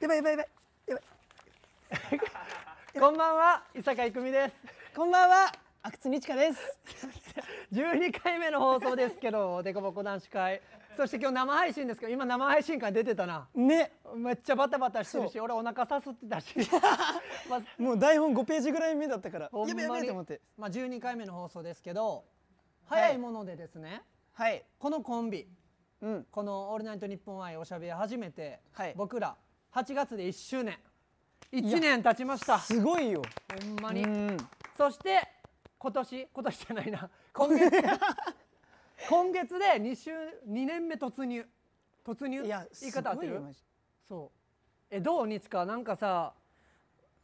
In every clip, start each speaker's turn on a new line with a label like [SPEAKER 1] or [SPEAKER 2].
[SPEAKER 1] やばいやばいやばいやばい
[SPEAKER 2] こんばんは、伊坂郁美です。
[SPEAKER 1] こんばんは阿久津美智香です
[SPEAKER 2] 12回目の放送ですけど、 デコボコ男子会。そして今日生配信ですけど、今生配信から出てたな。
[SPEAKER 1] ね
[SPEAKER 2] めっちゃバタバタしてるし、
[SPEAKER 1] そ
[SPEAKER 2] 俺お腹さすってたし。まあ
[SPEAKER 1] もう台本5ページぐらい目だったから
[SPEAKER 2] ほんまに
[SPEAKER 1] やべやべと思って
[SPEAKER 2] まあ12回目の放送ですけど、
[SPEAKER 1] はい
[SPEAKER 2] 早いものでですね、
[SPEAKER 1] はい
[SPEAKER 2] このコンビ、
[SPEAKER 1] うん
[SPEAKER 2] このオールナイトニッポン愛おしゃべり初めて、
[SPEAKER 1] はい
[SPEAKER 2] 僕ら8月で1周年、1年経ちました。ほ
[SPEAKER 1] すごいよ
[SPEAKER 2] んまに。
[SPEAKER 1] うん
[SPEAKER 2] そして今年今年じゃないな今月今月で2週2年目突入突 入
[SPEAKER 1] いや
[SPEAKER 2] 言い方合っ
[SPEAKER 1] すごい
[SPEAKER 2] てる
[SPEAKER 1] よマジ
[SPEAKER 2] そうえどうにちかなんかさ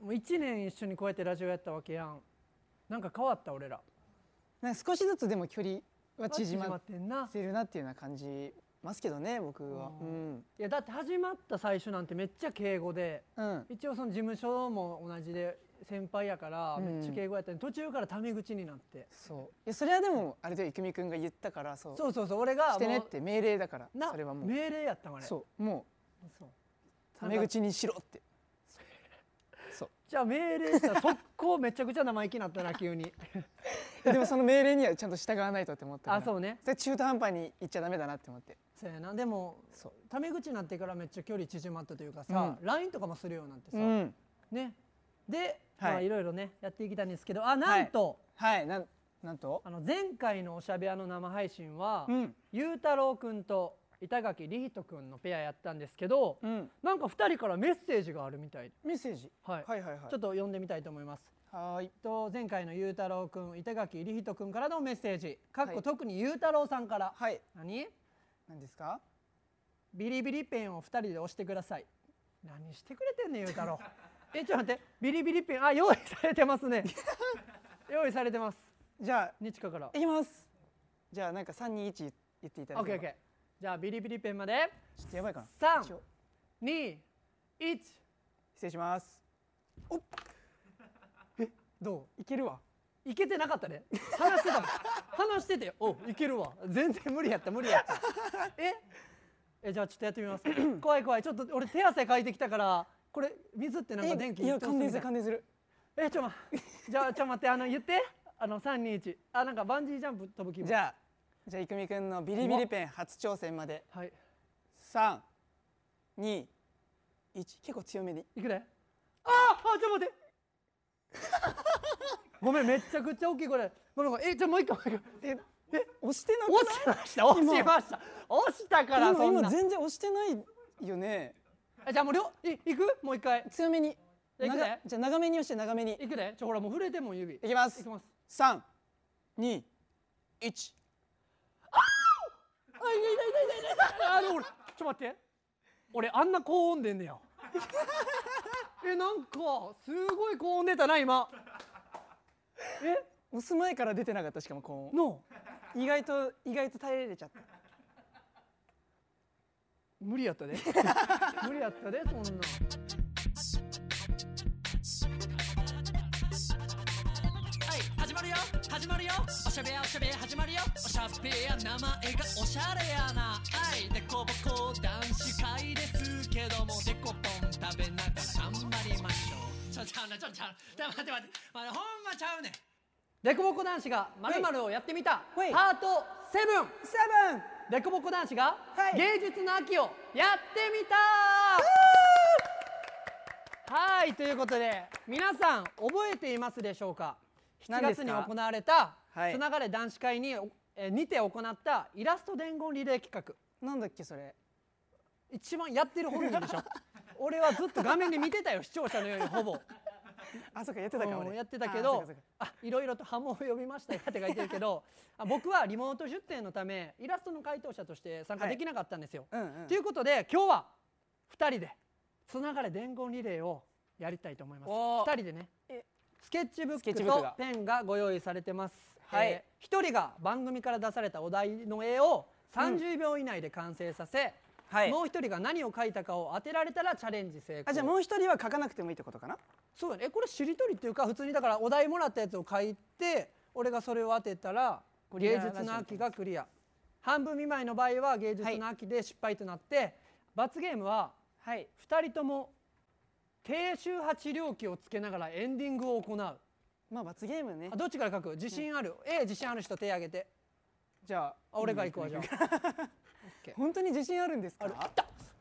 [SPEAKER 2] もう1年一緒にこうやってラジオやったわけやんなんか変わった俺ら
[SPEAKER 1] なんか少しずつでも距離は縮まっ
[SPEAKER 2] ってんな
[SPEAKER 1] てるなっていうのは感じますけどね僕は
[SPEAKER 2] う
[SPEAKER 1] うん
[SPEAKER 2] いやだって始まった最初なんてめっちゃ敬語で
[SPEAKER 1] うん
[SPEAKER 2] 一応その事務所も同じで先輩やから
[SPEAKER 1] うん
[SPEAKER 2] めっちゃ敬語やったのに途中からタメ口になって
[SPEAKER 1] そういやそれはでもあれだよ郁美くんが言ったからそう
[SPEAKER 2] そうそうそう俺が
[SPEAKER 1] してね
[SPEAKER 2] も
[SPEAKER 1] っ
[SPEAKER 2] う
[SPEAKER 1] て命令だから
[SPEAKER 2] な
[SPEAKER 1] それはもう
[SPEAKER 2] 命令やったもんあれ
[SPEAKER 1] そうも
[SPEAKER 2] そう
[SPEAKER 1] うタメ口にしろって
[SPEAKER 2] じゃあ命令したら速攻めちゃくちゃ生意気になったな急に
[SPEAKER 1] でもその命令にはちゃんと従わないとって思ったから
[SPEAKER 2] あそうね
[SPEAKER 1] それ中途半端に言っちゃダメだなって思って
[SPEAKER 2] そうやなでも
[SPEAKER 1] そう
[SPEAKER 2] タメ口になってからめっちゃ距離縮まったというかさ、
[SPEAKER 1] う
[SPEAKER 2] LINE とかもするようになってさ、
[SPEAKER 1] うん
[SPEAKER 2] ねで、
[SPEAKER 1] はい
[SPEAKER 2] まあいろいろねやっていきたいんですけどあなんと、
[SPEAKER 1] はいなんなんと
[SPEAKER 2] あの前回のおしゃべりの生配信は、
[SPEAKER 1] うん
[SPEAKER 2] ゆうたろうくんと板垣理人くんのペアやったんですけど、
[SPEAKER 1] うん
[SPEAKER 2] なんか2人からメッセージがあるみたいで、
[SPEAKER 1] メッセージ
[SPEAKER 2] はい
[SPEAKER 1] はいはいはい
[SPEAKER 2] ちょっと読んでみたいと思います。
[SPEAKER 1] はーい
[SPEAKER 2] えっと前回のゆうたろうくん板垣理人くんからのメッセージかっこ、
[SPEAKER 1] はい
[SPEAKER 2] 特にゆうたろうさんから
[SPEAKER 1] はい
[SPEAKER 2] 何
[SPEAKER 1] 何ですか
[SPEAKER 2] ビリビリペンを2人で押してください何してくれてんねんゆうたろ うえちょっと待ってビリビリペンあ用意されてま すね用意されてます
[SPEAKER 1] じゃ
[SPEAKER 2] 日かから
[SPEAKER 1] あいきますじゃあなんか三二一言っていただ
[SPEAKER 2] オッ
[SPEAKER 1] け
[SPEAKER 2] ケー
[SPEAKER 1] ればち
[SPEAKER 2] オッケーじゃあビリビリペンまで
[SPEAKER 1] ょっとやばいかな
[SPEAKER 2] 三
[SPEAKER 1] 一応
[SPEAKER 2] 2 1
[SPEAKER 1] 失礼します
[SPEAKER 2] ど
[SPEAKER 1] いけるわ
[SPEAKER 2] ういけてなかったね話してたもん話してておいけるわ全然無理やった無理 やったええじゃあちょっとやってみます怖い怖いちょっと俺手汗かいてきたからこれ水ってなんか電気
[SPEAKER 1] えいや
[SPEAKER 2] 一等する
[SPEAKER 1] 感電
[SPEAKER 2] みたい
[SPEAKER 1] する感電する
[SPEAKER 2] えちょまじゃあちょ待ってあの言ってあの三二一あなんかバンジージャンプ飛ぶ気分
[SPEAKER 1] じゃあじゃあいくみくんのビリビリペン初挑戦まで
[SPEAKER 2] はい
[SPEAKER 1] 三二一結構強めに
[SPEAKER 2] いくでああちょ待って ごめんめっちゃくちゃ大きいこれごめんごめんえじゃもう一回もう一回
[SPEAKER 1] ええ押してなくない
[SPEAKER 2] 落ちました落ちました落ちたから
[SPEAKER 1] 今
[SPEAKER 2] そん
[SPEAKER 1] 今
[SPEAKER 2] な
[SPEAKER 1] 全然押してないよね
[SPEAKER 2] えじゃあもう両いいくもう一回
[SPEAKER 1] 強めに
[SPEAKER 2] じゃあいく
[SPEAKER 1] 長
[SPEAKER 2] で
[SPEAKER 1] じゃあ長めに押して長めに
[SPEAKER 2] いくでちょほらもう触れてんもん指い
[SPEAKER 1] いきます
[SPEAKER 2] きます
[SPEAKER 1] 三二一
[SPEAKER 2] あいやいやいやいやいやあれ俺ちょっと待って俺あんな高音出ん ねやえなんかすごい高音出たな今え
[SPEAKER 1] 押す前から出てなかったしかもこ
[SPEAKER 2] の
[SPEAKER 1] う意外と意外と耐えれちゃった
[SPEAKER 2] 無理 やったで無理やったでそんなん
[SPEAKER 3] はい、始まるよ始まるよおしゃべやおしゃべや始まるよおしゃべや名前がおしゃれやなはい、デコボコ男子会ですけどもデコポン食べながら頑張りましょうちょ、ちゃうな、ちょ、ちゃうちょ、待って待って、まあ、ほんまちゃうねん
[SPEAKER 2] デコボコ男子がまるまるをやってみたパ
[SPEAKER 1] ほい
[SPEAKER 2] ートセブン
[SPEAKER 1] セブン
[SPEAKER 2] デコボコ男子が
[SPEAKER 1] はい
[SPEAKER 2] 芸術の秋をやってみたはいということで皆さん覚えていますでしょうか7
[SPEAKER 1] 何です
[SPEAKER 2] 月
[SPEAKER 1] か
[SPEAKER 2] に行われた
[SPEAKER 1] はい
[SPEAKER 2] つながれ男子会におえーにて行ったイラスト伝言リレー企画
[SPEAKER 1] なんだっけそれ
[SPEAKER 2] 一番やってる本 人でしょ俺はずっと画面で見てたよ視聴者のようにほぼ
[SPEAKER 1] あそっかやってたか
[SPEAKER 2] うん
[SPEAKER 1] 俺
[SPEAKER 2] やってたけ
[SPEAKER 1] あそ
[SPEAKER 2] ど
[SPEAKER 1] っかそっか
[SPEAKER 2] あいろいろと波紋を呼びましたよって書いてるけどあ僕はリモート出店のためイラストの回答者として参加できなかったんですよ。
[SPEAKER 1] うんうん
[SPEAKER 2] ということで今日は2人でつながれ伝言リレーをやりたいと思います。
[SPEAKER 1] おー
[SPEAKER 2] 2人でね
[SPEAKER 1] え
[SPEAKER 2] スケッチブッ
[SPEAKER 1] スケッチ
[SPEAKER 2] ク
[SPEAKER 1] ブック
[SPEAKER 2] と
[SPEAKER 1] が
[SPEAKER 2] ペンがご用意されてます。
[SPEAKER 1] はい
[SPEAKER 2] 1人が番組から出されたお題の絵を30秒以内で完成させ、
[SPEAKER 1] はい
[SPEAKER 2] もう1人が何を描いたかを当てられたらチャレンジ成功。
[SPEAKER 1] あじゃあもう一人は書かなくてもいいってことかな
[SPEAKER 2] そうだねえこれしりとりっていうか普通にだからお題もらったやつを書いて俺がそれを当てたら
[SPEAKER 1] クリア
[SPEAKER 2] 芸
[SPEAKER 1] ラジオ
[SPEAKER 2] 術の秋がクリア半分未満の場合は芸術の秋で失敗となって、罰ゲームは
[SPEAKER 1] はい
[SPEAKER 2] 2人とも低周波治療器をつけながらエンディングを行うあ
[SPEAKER 1] まあ罰ゲームね
[SPEAKER 2] どっちから書く自信ある、A 自信ある人手挙げて
[SPEAKER 1] じゃあ
[SPEAKER 2] あ俺が行くわじゃあ
[SPEAKER 1] 本当に自信あるんですか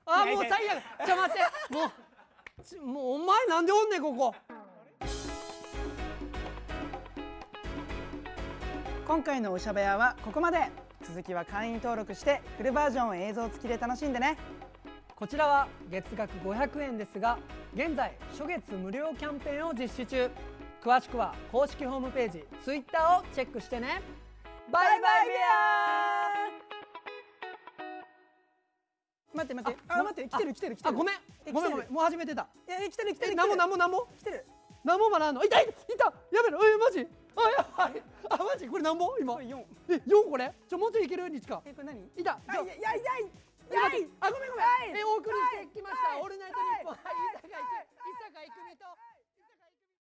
[SPEAKER 2] あ
[SPEAKER 1] いや
[SPEAKER 2] もう
[SPEAKER 1] いや
[SPEAKER 2] 最悪ちょ待ってもうちもうお前なんでおんねんここ
[SPEAKER 1] 今回のおしゃべやはここまで続きは会員登録してフルバージョンを映像付きで楽しんでね
[SPEAKER 2] こちらは月額500円ですが現在初月無料キャンペーンを実施中詳しくは公式ホームページ Twitter をチェックしてねバイバイビ
[SPEAKER 1] 待って待って
[SPEAKER 2] あ
[SPEAKER 1] あ
[SPEAKER 2] ご
[SPEAKER 1] 待って来てる来てる来て
[SPEAKER 2] アーあ
[SPEAKER 1] る
[SPEAKER 2] ごめん
[SPEAKER 1] え
[SPEAKER 2] ごめん
[SPEAKER 1] 来てる
[SPEAKER 2] ごめんもう始めてた
[SPEAKER 1] いやえ来てる来て
[SPEAKER 2] え
[SPEAKER 1] る
[SPEAKER 2] なんもなんもなんも
[SPEAKER 1] 来てる
[SPEAKER 2] なんもまだんの痛い痛いやめろえマジあやばいあマジこれなんぼ今
[SPEAKER 1] 来てる4
[SPEAKER 2] え四これちょもうちょいいけるにちか
[SPEAKER 1] えこれ何
[SPEAKER 2] いたじゃ
[SPEAKER 1] あいやいやいやい
[SPEAKER 2] あ
[SPEAKER 1] やい
[SPEAKER 2] あごめんごめんえお送りしてきました
[SPEAKER 1] はい
[SPEAKER 2] オールナイトニッポン